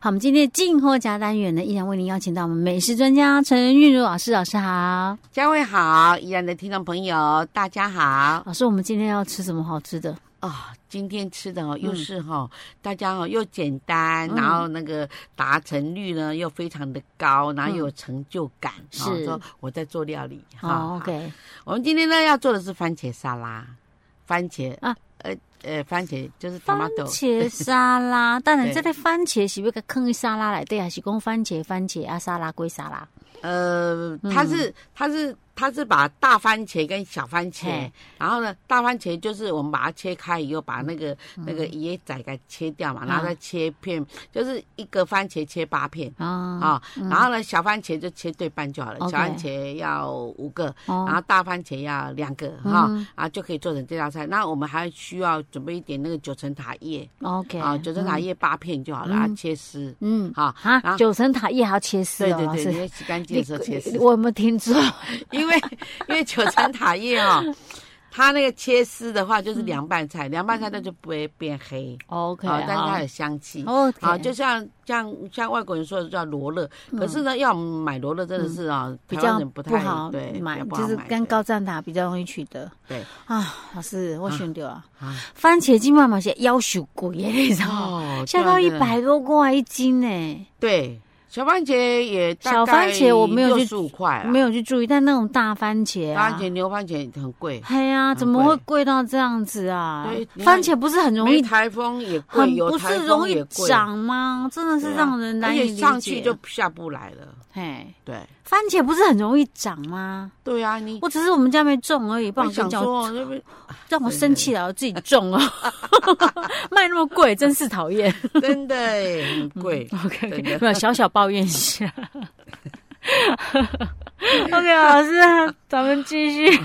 好，我们今天的静候家单元呢，依然为您邀请到我们美食专家陈韵如老师，老师好，嘉惠好，宜兰的听众朋友大家好老师，我们今天要吃什么好吃的？啊！今天吃的哦，又是嗯哈、哦，大家哦又简单，然后那个达成率呢又非常的高，然后又有成就感。嗯哦是说我在做料理好哈。哦，OK，我们今天呢要做的是番茄沙拉，番茄啊啊，呃呃，番茄就是番 tomato 茄沙拉，当 然对这个番茄是不是坑沙拉来对啊？是讲番茄番茄啊，沙拉归沙拉，呃，它嗯是它是它是把大番茄跟小番茄嘿，然后呢，大番茄就是我们把它切开以后，把那个嗯那个椰仔给切掉嘛，然后再切片，就是一个番茄切八片。啊，啊、然后呢，小番茄就切对半就好了。 OK 小番茄要五个，哦然后大番茄要两个哈，嗯啊就可以做成这道菜。那我们还需要准备一点那个九层塔叶，OK，啊，九层塔叶八片就好了，啊切丝嗯，哈。然啊，后九层塔叶还要切丝对哦，对老对，你师，要洗干净的时候切丝你。我 有没有听错？因为因为九层塔叶哦，它那个切丝的话就是凉拌菜，凉拌菜它就不会变黑，嗯 OK，啊，但是它好有香气。 ，OK，嗯啊，就像像像外国人说的叫罗勒，可是呢，要我们买罗勒真的是啊，比台较湾人不太好对，比较买，不好就是买跟对高赞塔比较容易取得对啊。老师，我选对了，啊番茄金嘛嘛是要求贵的，你知道吗？ 哦，下到一百多块一斤呢，对。小番茄也大概小番茄我没有去六十五块啦，啊没有去注意。但那种大番茄番啊，茄牛番茄很贵，嘿呀，很怎么会贵贵到这样子啊对？你番看茄不是很容没易，台风也很贵，有不台是容风易也贵，涨吗？真的是对啊让人难而以且理上解去就下不来了，嘿，对。番茄不是很容易涨吗？对呀、啊，你我只是我们家没种而已，不我然我跟想你讲， 说，那边让我生气了，我 自己种哦，卖那么贵，真是讨厌。。真的欸很贵 OK，, 嗯 真的没有小小抱怨一下。OK，老师，咱们继续。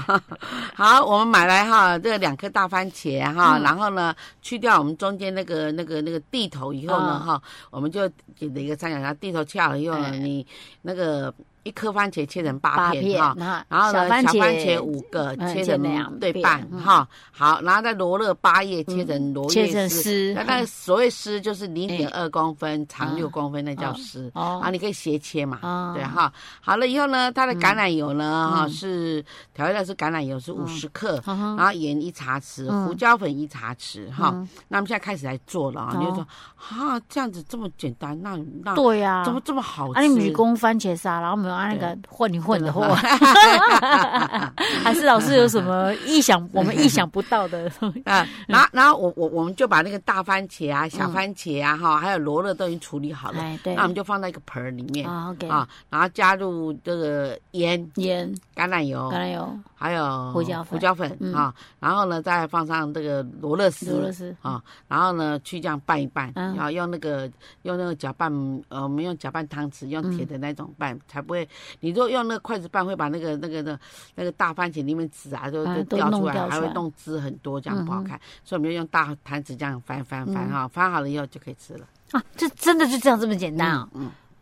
好，我们买来哈，这两颗大番茄哈，嗯然后呢，去掉我们中间那个那个那个地头以后呢，嗯哈，我们就剪了一个三角形，地头切好了以后呢，哎你那个一颗番茄切成八 八片片哈。那然后呢，小番小番茄茄五个嗯切切成两对片半嗯哈，好，然后再罗勒八叶切成罗切叶成丝，丝，那那个所谓丝就是零点二公分，嗯长六公分，那叫嗯丝。啊，哦，你可以斜切嘛，啊对哈。好了以后呢，它的橄榄油呢，哈、嗯是调料是橄榄油是五十克。哈啊哈然后盐一茶匙，嗯胡椒粉一茶匙，哈、嗯那我们现在开始来做了啊！哦你就说啊，这样子这么简单，那那对呀、怎么这么好吃？啊，你米工番茄沙拉，我们啊按那个混一混的货， 还是老师有什么意想我们意想不到的东西？啊，然后然后我我我们就把那个大番茄啊、小番茄啊，哈、还有罗勒都已经处理好了，嗯哎，对，那我们就放在一个盆儿里面啊，OK，啊，然后加入这个盐、盐、橄榄油、橄榄油、还有胡椒粉胡椒粉嗯啊，然后呢再放上这个罗勒俄罗丝斯，啊，然后呢去这样拌一拌，嗯然后用那个用那个搅拌，呃，我们用搅拌汤匙，用铁的那种嗯拌，才不会。你如果用那个筷子拌，会把那个那个那那个大番茄里面籽啊都啊都都掉弄出来掉，还出会来弄汁很多，这嗯样不好看。所以我们就用大盘子这样翻翻翻嗯哈，翻好了以后就可以吃了。啊，这真的就这样这么简单啊、嗯，哎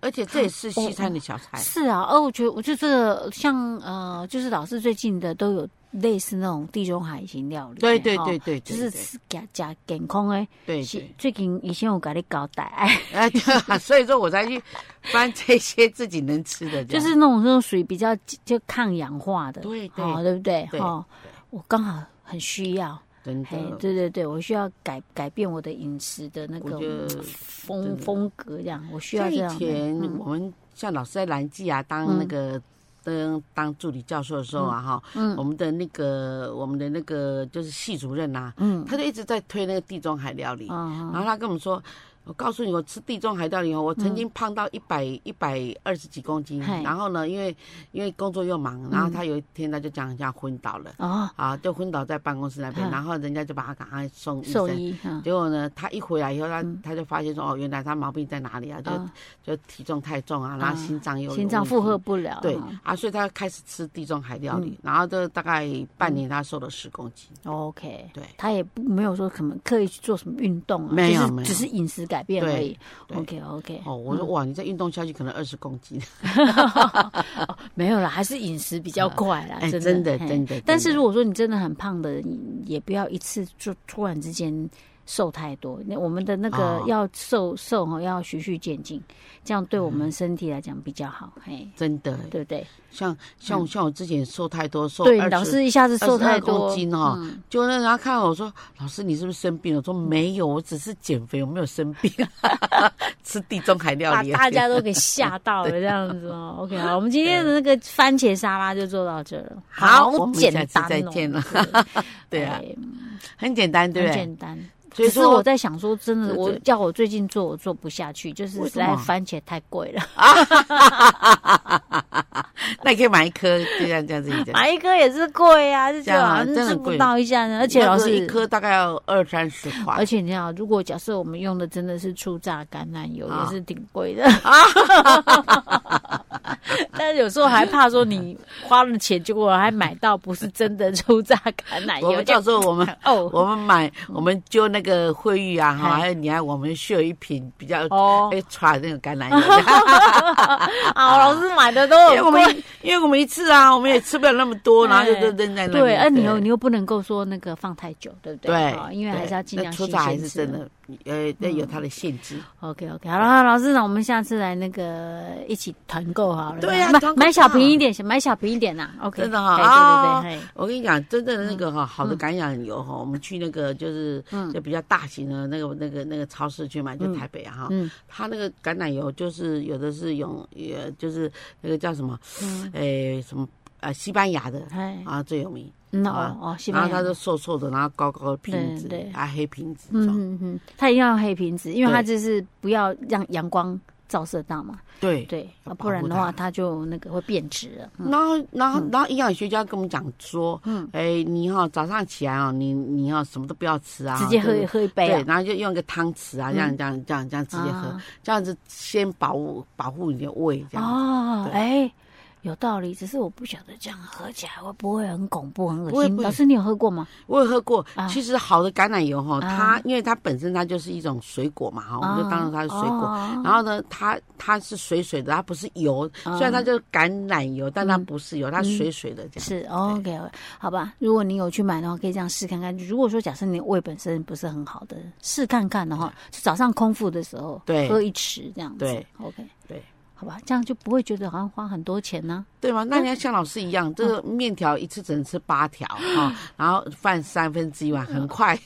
而且这也是西餐的小菜。是啊，而我觉得，我就这个像呃，就是老师最近的都有类似那种地中海型料理，对对哦对对，对就是对吃加加健康诶。对是对。最近以前我给你搞歹，哎，哎，对啊， 所以说我才去翻这些自己能吃的这 就样，是那种那种属于比较就抗氧化的，对对哦，对不对？对哦，我刚好很需要，真嘿，的，对对对，我需要改改变我的饮食的那我个觉得风真的风格，这样我需要像这以样的。前嗯我们像老师在兰记啊，当那个。当当助理教授的时候啊，哈、嗯我们的那个我们的那个就是系主任呐、嗯他就一直在推那个地中海料理，啊然后他跟我们说，我告诉你，我吃地中海料理哦，我曾嗯经胖到一百一百二十几公斤嗨，然后呢，因为因为工作又忙，嗯然后他有一天他就这样这样昏倒了，啊，啊，就昏倒在办公室那边，嗯然后人家就把他赶快送医兽生。医啊，结果呢，他一回来以后，他嗯他就发现说，哦，原来他毛病在哪里啊？就啊就体重太重啊，然后心脏又有心脏问负荷题。不嗯了，对哦啊，所以他开始吃地中海料理，然后这大概半年他瘦了十公斤。 OK，对他也不没有说可能刻意去做什么运动啊，没有就是没有只是饮食改变而已。对 OK OK，哦，我说哇，你这运动下去可能二十公斤，没有啦，还是饮食比较快啦，哎，啊真真的嘿真的。但是真的如果说你真的很胖的，你也不要一次就突然之间瘦太多。那我们的那个哦要瘦瘦哈，要循序渐进，这样对我嗯们身体来讲比较好，嘿，真的，对不对？像像像我之前瘦太多，瘦嗯对，二老十是一下子二瘦十太二多公，斤哦，就那人家看我说：“老师，你是不是生病了？”我说：“没有，我只是减肥，我没有生 病。” 吃地中海料把理，大家都给吓到了，这样子哦。OK，好，我们今天的那个番茄沙拉就做到这儿了。好我们简下次单哦，再见了对 对啊，哎 很简单，对很不对？简单。所以只是我说，在想说，真的，对我对叫我最近做，我做不下去，就是为实什么在番茄太贵了，那你可以买一颗，就像这样子一点。买一颗也是贵啊，就觉这得样好啊像真的吃很不贵到一下呢。而且那老个师，一颗大概要二三十块而，且你想，如果假设我们用的真的是初榨橄榄油，啊也是挺贵 的。 但是有时候还怕说你花了钱，结果还买到不是真的初榨橄榄 我油，们就到时候我们 哦我们买，我们就那个惠誉啊，哈，嗨还有你看，我们秀一瓶比较哎哦会传那个橄榄油， 啊！我老师买的都因哎为我很贵。们因为我们一次啊，我们也吃不了那么多，然后就哎都扔在那里。对，啊，你又你又不能够说那个放太久，对不对？对好，因为还是要尽量出新闸还鲜是吃真。的，呃，那有嗯它的限制。 OK OK，好了，好了老师，那我们下次来那个一起团购好了。对呀啊买团购买小吧瓶一点，买小瓶一点呐。OK，真的哈哎啊对对对，嘿我跟你讲，真正的那嗯个哈，好的橄榄油哈，我们去那个就是就比较大型的那个那个那个超市去买，就台北啊哈嗯，它那个橄榄油就是有的是用也就是那个叫什么，嗯诶什么呃西班牙的哎，啊最有名，嗯啊哦哦，西然班后牙它的都瘦瘦的，然后高高的瓶子对对，啊黑瓶子这种，嗯嗯嗯，它一定要黑瓶子，因为对它就是不要让阳光照射到嘛，对。对，要啊保不然护的话它就那个会变质了。嗯然后，然后，然后营养学家跟我们讲说，嗯，哎，你哈早上起来啊，你你哈什么都不要吃啊，直接就喝是喝一杯对啊，，嗯然后就用一个汤匙啊，这样这样这样这样直接喝啊，这样子先保护保护你的胃，这样哦，对哎，有道理，只是我不晓得这样喝起来会不会很恐怖、很不恶会心。不会老师，你有喝过吗？我有喝过啊，其实好的橄榄油哈，啊它因为它本身它就是一种水果嘛哈，我们就当成它是水果。哦然后呢，它它是水水的，它不是油，啊虽然它叫橄榄油，但嗯它不是油，它水水的这样。是 OK，好吧。如果你有去买的话，可以这样试看看。如果说假设你的胃本身不是很好的，试看看的话，是早上空腹的时候，对喝一匙这样子，对，OK，对，好吧，这样就不会觉得好像花很多钱呢、对吗？那你要像老师一嗯样，这个面条一次只能吃八条哈，然后饭三分之一碗，很快。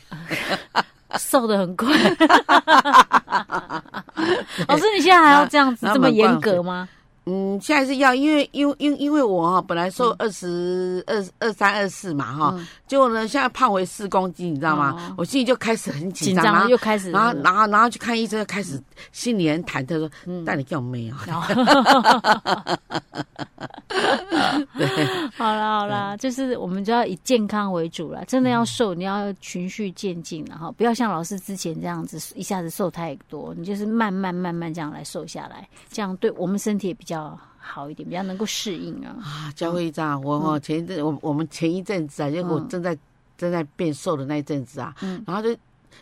瘦的 很快。老师，你现在还要这样子然后这么然后严格吗？嗯，现在是要，因为因为因为因为我哈、本来嗯瘦二十二二三二四嘛哈、结果呢现在胖回四公斤，你知道吗？哦我心里就开始很紧紧张张，然了后又开始了，然后然后然后去看医生，就开始心里很忐忑说，嗯但你叫啊没有？然 后 好啦好嗯啦，就是我们就要以健康为主啦。真的要瘦，你要循序渐进啦，然后不要像老师之前这样子一下子瘦太多，你就是慢慢慢慢这样来瘦下来，这样对我们身体也比较好一点，比较能够适应啊。啊，教会一张啊，我我前一阵我我们前一阵子啊，结果嗯正在正在变瘦的那一阵子啊，嗯然后就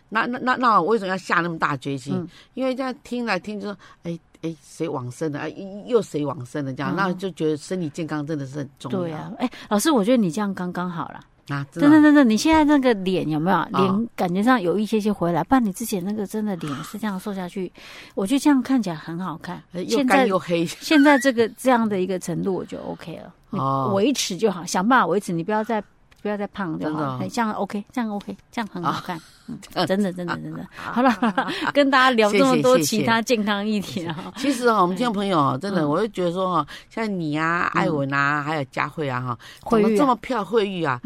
那那那那我为什么要下那么大决心？嗯因为这样听来听就说，哎哎，谁往生了？哎，又谁往生了？这样，嗯那就觉得身体健康真的是很重要。对啊，哎、老师，我觉得你这样刚刚好啦。啊，真真的的真的，你现在那个脸有没有脸感觉上有一些些回来？不然你之前那个真的脸是这样瘦下去，我觉得这样看起来很好看哎。又现在干又黑。现在这个这样的一个程度，我就 OK 了，哦你维持就好，想办法维持，你不要再不要再胖就真好的哦啊了，哎这样 OK，这样 OK，这样很好看， 嗯，真的真的真的，好了，好了跟大家聊谢这么谢多谢其谢他健康议题 啊，其实哈，我们听众朋友哦，嗯真的，我就觉得说哈，像你啊、艾文啊，还有佳慧啊哈，慧玉啊长得这么漂慧玉啊，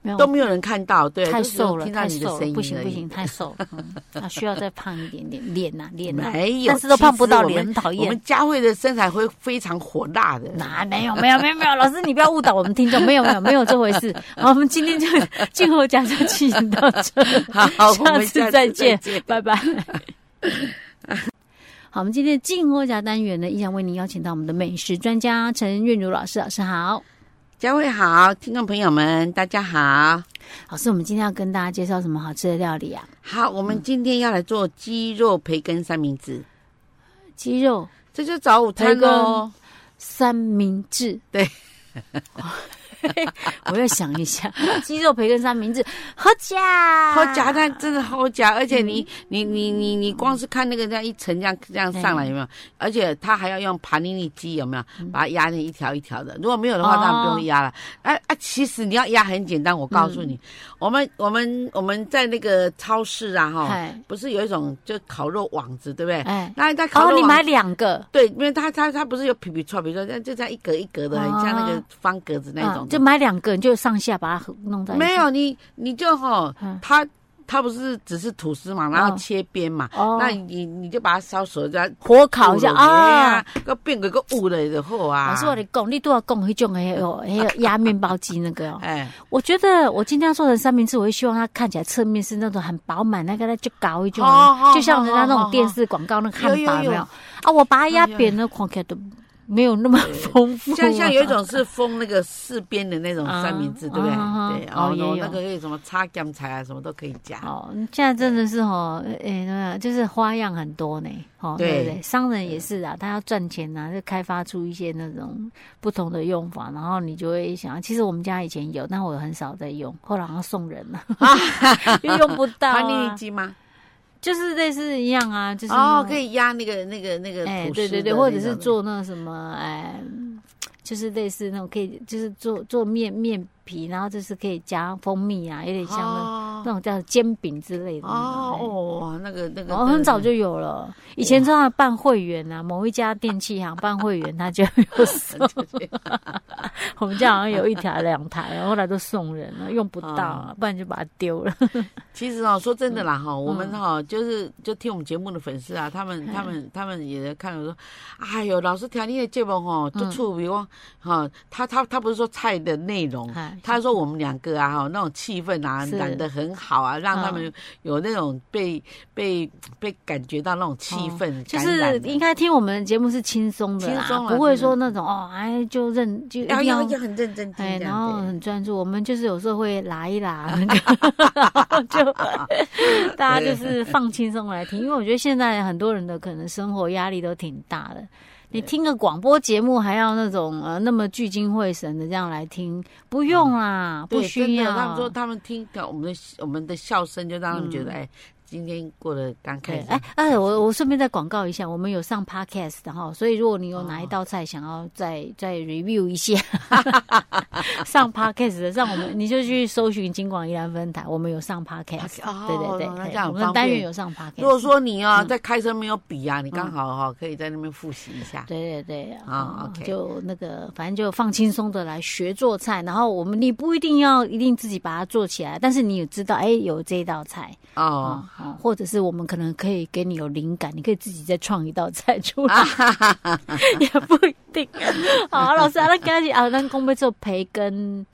没有都没有人看到，对，太都只有瘦了，听到太你的瘦声了，音不行而不已行，，太瘦了， 嗯，啊，需要再胖一点点，脸呐脸呐，没有，但是都胖不到其实我脸，们很讨我厌们。佳慧的身材会非常火 辣的，哪没有没有没有没有，老师你不要误导我们听众，没有没有没有这回事。好，我们今天就 静候家就进行到这里，好我下们次下次再再见见，拜拜。 好，我们今天的静候家单元呢，依然为您邀请到我们的美食专家陈韵如老师，老师好。佳慧好，听众朋友们大家好，老师，我们今天要跟大家介绍什么好吃的料理啊？好，我们今天要来做鸡肉培根三明治，鸡肉这就早午餐喽。三明治，对。 我要想一下，鸡肉培根三明治，好假，哎好夹，但真的好夹，而且嗯你、你你你你光是看那个这样一层这样这样上来有没有？哎而且它还要用盘尼尼机有没有？把它压成一条一条的。如果没有的嗯哦话，嗯当然不用压了。哎、啊，其实你要压很简单，我告诉你，我们我们我们在那个超市啊哈，哎不是有一种就烤肉网子对不对？哎，那那烤哦，肉你网子买两个，对，因为它它它不是有皮皮串，比如说像就这样一格一格的，很像那个啊方格子那种嗯的。就买两个，你就上下把它弄在一起没有你你就吼嗯，它它不是只是吐司嘛，然后切边嘛，哦，那你你就把它烧熟，这样火烤一下捂了啊。，个变个个雾了以后啊。老师，我跟你讲，你都要讲迄种的那个，还有压面包机那个哦。 哎，我觉得我今天要做成三明治，我会希望它看起来侧面是那种很饱满，那个它就搞一种哦哦，就像人家那哦哦种电视广告那个汉有堡有有有没有？啊，我把它压扁了，看起来都没有那么丰富啊。像像有一种是封那个四边的那种啊三明治，对不对？啊对，哦哦也有，那个可以什么插姜菜啊，什么都可以加。哦，现在真的是哦，诶、那就是花样很多呢，哦，对对不对？商人也是啊，他要赚钱呐、就开发出一些那种不同的用法，然后你就会想，其实我们家以前有，但我很少在用，后来好像送人 了，就用不到、盘尼尼啊，机吗？就是类似一样啊，就是哦，可以，以压那个那个那个哎、吐司的那种，对对对，或者是做那什么，哎、就是类似那种可以，就是做做面面皮，然后就是可以加蜂蜜啊，有点像那、哦那种叫煎饼之类的哦哎哦，哇那个那个，哦，很早 就有了。以前正要办会员呐、某一家电器行办会员，他就 有送。我们家好像有一台两台，后来都送人了，用不到、哦啊，不然就把它丢了。其实哦，说真的嗯啦哈、我们哈、就是就听我们节目的粉丝啊，他嗯们他们他们也在看我说，哎呦，老师听你的节目哦，嗯就触比我哈，他他他不是说菜的 内容哎，他说我们两个啊哈那种气氛啊是嗯染得很好啊，让他们有那种被、被被感觉到那种气氛、感哦啊就是应该听我们的节目是轻松的啦，轻松啦啊不会说那种哦，哎，就认就一定要要要要很认真听哎，这然样后子。很专注。我们就是有时候会拉一拉，那个 就大家就是放轻松来听，因为我觉得现在很多人的可能生活压力都挺大的。你听个广播节目还要那种呃那么聚精会神的这样来听，不用啦，不嗯对，真需的，要。他们说他们听到我们的我们的笑声，就让他们觉得、哎，今天过得刚开嗯对始。，哎哎，我我顺便再广告一下，我们有上 podcast 的哈，所以如果你有哦哪一道菜想要再、再 review 一 下，上 podcast 的，让我们你就去搜寻金广宜兰分台，我们有上 podcast，、哦对对对，那嘿这样我很们方的单元便有上 podcast，如果说你嗯啊在开车没有笔啊，你刚好哈可以在那边复习一下。对对对啊哦 OK 就那个，反正就放轻松的来学做菜，然后我们你不一定要一定自己把它做起来，但是你有知道，哎，有这一道菜哦啊、哦或者是我们可能可以给你有灵感，你可以自己再创一道菜出来，啊也不一定。好，老师，啊，那赶紧啊，咱公杯做培根，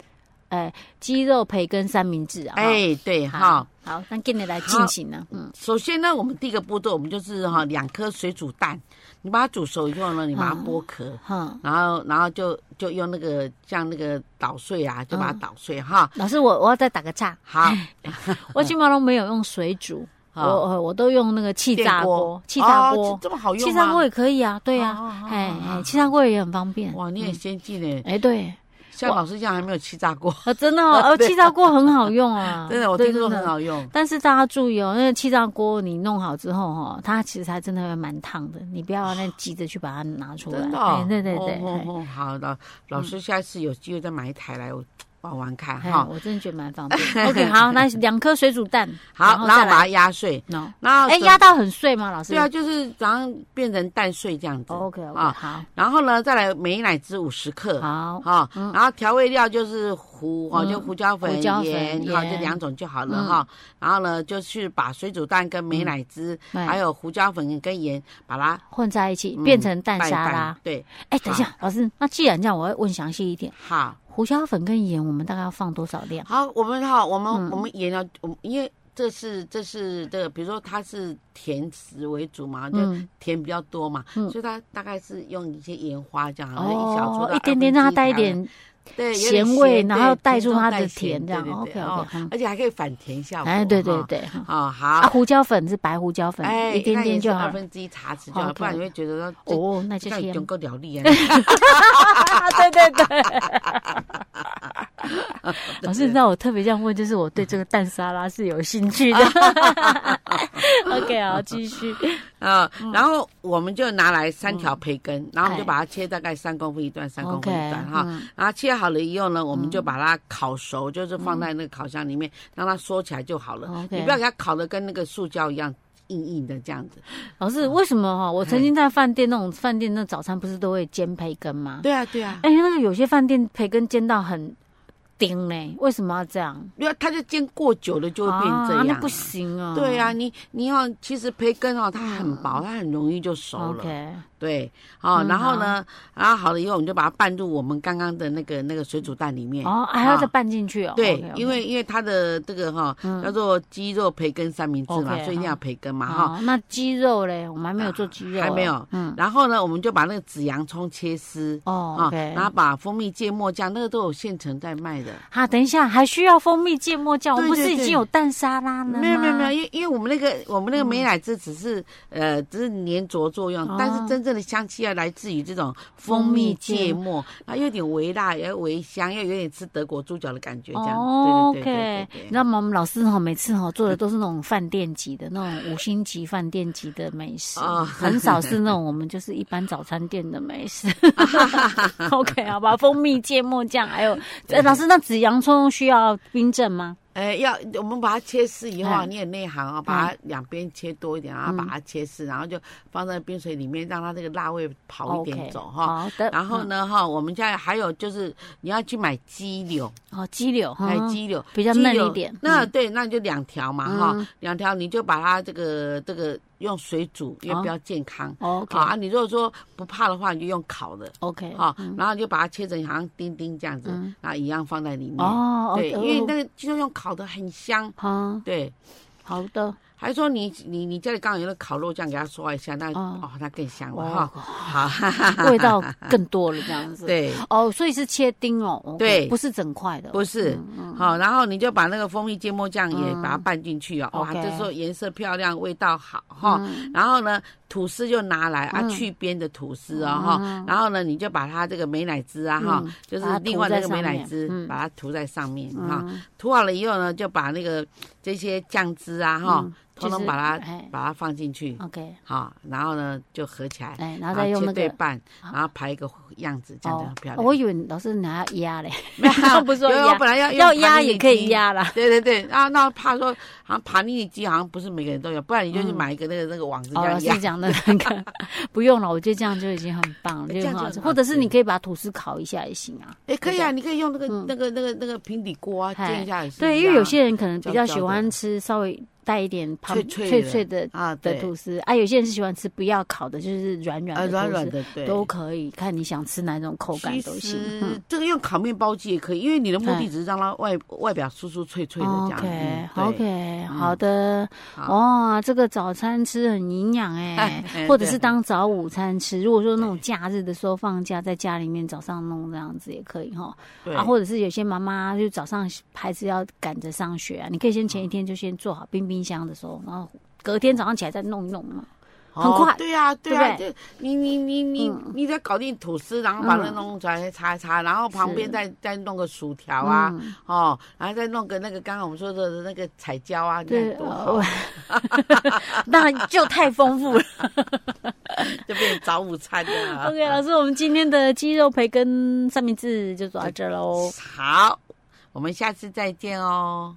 呃，鸡肉培根三明治啊，哦，哎，对哈。，好，那跟你来进行呢，嗯，首先呢，我们第一个步骤，我们就是哈两颗水煮蛋，你把它煮熟以后呢，你把它嗯剥壳，哈、然后然后就就用那个像那个捣碎啊，就嗯把它捣碎哈。老师，我我要再打个岔，好，嗯我基本上都没有用水煮。哎我哦呃我都用那个气电炸锅，气炸哦锅，这这么好用气吗？炸锅也可以啊，对哦啊哦，哎哦哎，气炸锅也很方便。哇，你很先进呢，哎，对，像老师这样还没有气炸锅，，啊真的哦，呃，气炸锅很好用啊 真的我对听说真的很好用。但是大家注意哦，那个气炸锅你弄好之后哈、哦，它其实还真的会蛮烫的，你不要那急着去把它拿出来。真的哦、哎对对对，哦哦哎嗯哦好老老师，下次有机会再买一台来我玩玩看哎哈。我真的觉得蛮方 便。OK，好，那两颗水煮蛋，好，然后然后把来它压碎， no，然后哎，压到很碎哦吗？老师？对啊，就是然后变成蛋碎这样子。 ，OK OK，啊好，然后呢，再来美乃滋五十克，好，嗯哈，然后调味料就是胡哈，就胡椒粉胡椒、粉盐哈，盐这两种就好了哈。然后呢，就是把水煮蛋跟美乃滋嗯还有胡椒粉跟盐把它混在一起嗯变成蛋拌一沙拌拉。对，哎，等一下，老师，那既然这样，我要问详细一点，好。胡椒粉跟盐我们大概要放多少量？嗯好，我们哈，我们、我们盐要，我们因为这是这是这个，比如说它是甜食为主嘛，就嗯甜比较多嘛，嗯所以它大概是用一些盐花这样，然后一小撮哦到，一点点让它带一2分点之一对有点咸味，然后对带轻出松它带的咸甜，这样对对 OK 对哦 OK。而且还可以反甜效果。哎，对对哈，对，哈哦啊，好，胡椒粉是白胡椒粉，哎，一点那也点是就好二了。分之一茶匙就好， OK 不然你会觉得说这哦，那就这甜样。能够了力啊。啊， 对对 对。老师，你知道我特别这样问，就是我对这个蛋沙拉是有兴趣 的。OK，好，继续。呃，然后我们就拿来三条培根，然后我们就嗯哎把它切大概三公分一段，三公 OK，分一段哈。嗯然后啊切好了以后呢，我们就把它烤熟，就是放在那个烤箱里面，让它缩起来就好了。嗯 OK 你不要给它烤的跟那个塑胶一样硬硬的这样子。老师，为什么哈？我曾经在饭店那种饭店那早餐不是都会煎培根吗？对啊，对啊，哎，那个有些饭店培根煎到很丁嘞，为什么要这样？因为它就煎过久了就会变这啊样。那不行啊。对啊，你你要其实培根哦，它很薄，它很容易就熟了。嗯，OK，对，哦，嗯然后呢，然后好了以后，我们就把它拌入我们刚刚的那个那个水煮蛋里面。哦，还要啊再拌进去哦。对 OK，OK 嗯因为因为它的这个哈、叫做鸡肉培根三明治嘛 OK，嗯所以一定要培根嘛哈。啊哦，那鸡肉嘞，我们还没有做鸡肉，还没有，嗯，然后呢，我们就把那个紫洋葱切丝。哦，OK，然后把蜂蜜芥末酱，那个都有现成在卖的。啊，等一下，还需要蜂蜜芥末酱，我对们不是对已对经有蛋沙拉哦了吗？嗯没有没有没有，因为因为我们那个我们那个美乃滋只是、呃只是粘着作用，哦但是真正的香气要来自于这种蜂蜜芥末，然后有点微辣，也要微香，要有点吃德国猪脚的感觉，这样。哦对对，OK，对你对知对道吗？我们老师哈，每次哈做的都是那种饭店级的、那种五星级饭店级的美食，哦 很少是那种我们就是一般早餐店的美 食。OK，好吧，蜂蜜芥末酱，还 有呃老师，那紫洋葱需要冰镇吗？哎，要我们把它切丝以后啊，嗯你也内行啊，把它两边切多一点，然后把它切丝，然后就放在冰水里面，让它这个辣味跑一 OK，点走哈。好的。然后呢，哈，我们家还有就是你要去买鸡柳，嗯，哦，鸡柳，买嗯哎鸡柳比较鸡嫩柳一点那对，那你就两条嘛，嗯哈，两条你就把它这个这个用水煮，因哦为比较健康。 OK 啊，你如果说不怕的话，你就用烤的， OK，哈，然后你就把它切成好像丁丁这样子嗯，然后一样放在里面。哦，对，因哦为哦那个鸡肉用烤的很香。好对，好的，还说你你你家里刚好有那烤肉酱，给它刷一下，那哦哦，那更香了哇哈。，好，味道更多了这样子。对。哦，所以是切丁哦，OK，对不是整块的哦，不是嗯，嗯好、然后你就把那个蜂蜜芥末酱也把它拌进去哦，哇， OK 这时候颜色漂亮，味道好嗯哈、然后呢，吐司就拿来啊，去边的吐司哦哈、然后呢，你就把它这个美乃滋啊哈、嗯就是把它涂另外那在个上美乃面滋嗯，把它涂在上面哈、嗯涂好了以后呢，就把那个这些酱汁啊哈、嗯统就统是把它、哎把它放进去， OK，好、然后呢就合起来，哎，然后再用那啊切对个啊哦半，然后排一个样子，这样子很漂亮。我以为老师拿压嘞，没有，不是说有压我本来要 要用压盘尼也可以基压啦。 对对对，啊，那怕说好像爬尼机好像不是每个人都有，不然你就去买一个那个、那个网子这哦，老样师压。讲的那个 不用了，我觉得这样就已经很棒了，哎就很这样就好很吃。好或者是吃你可以把吐司烤一下也行啊。哎、可以啊，你可以用那个、嗯那个那个那个平底锅啊，嗨煎一下也是一样啊。对，因为有些人可能比焦较焦喜的欢吃稍微带一点旁脆脆脆的脆的啊，的对，吐司啊，有些人是喜欢吃不要烤的，就是软软呃，的软吐软司的，对，都可以，看你想吃哪种口感都其行。实、嗯这个用烤面包机也可以，因为你的目哎的只是让它外外表酥酥脆脆的这样。嗯 OK 对 OK，好的，好哇，这个早餐吃很营养哎 哎，或者是对当早午餐吃。如果说那种假日的时候放假，在家里面早上弄这样子也可以哈。对啊，或者是有些妈妈就早上孩子要赶着上学啊，你可以先嗯前一天就先做好冰冰箱的时候，然后隔天早上起来再弄一弄嘛。很哦快对呀、啊，对呀、啊，对就你你你你、你再搞定吐司，然后把那嗯弄出来擦一擦，然后旁边是再再弄个薯条啊，嗯哦，然后再弄个那个刚刚我们说的那个彩椒啊，你对，看多好哦，那就太丰富 了。就变成早午餐啊了。 OK，老师，我们今天的鸡肉培根三明治就做到这喽。好，我们下次再见哦。